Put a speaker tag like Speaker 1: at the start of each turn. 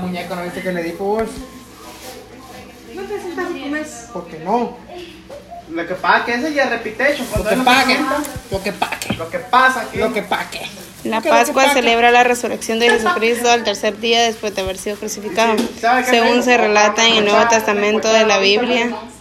Speaker 1: muñeca, ¿no viste que le dijo vos?
Speaker 2: No te sientas a comer.
Speaker 1: ¿Por qué no?
Speaker 3: Lo que pasa que ese ya repite hecho.
Speaker 1: Lo
Speaker 3: pues,
Speaker 1: que pague, lo que pague,
Speaker 3: Lo que pasa que.
Speaker 1: lo que pague.
Speaker 4: La
Speaker 1: Lo que- lo que
Speaker 4: Pascua
Speaker 1: pague.
Speaker 4: celebra la resurrección de Jesucristo al tercer día después de haber sido crucificado,
Speaker 3: Sí, ¿sabe qué
Speaker 4: según
Speaker 3: tengo?
Speaker 4: se relata en el Nuevo Testamento de la Biblia.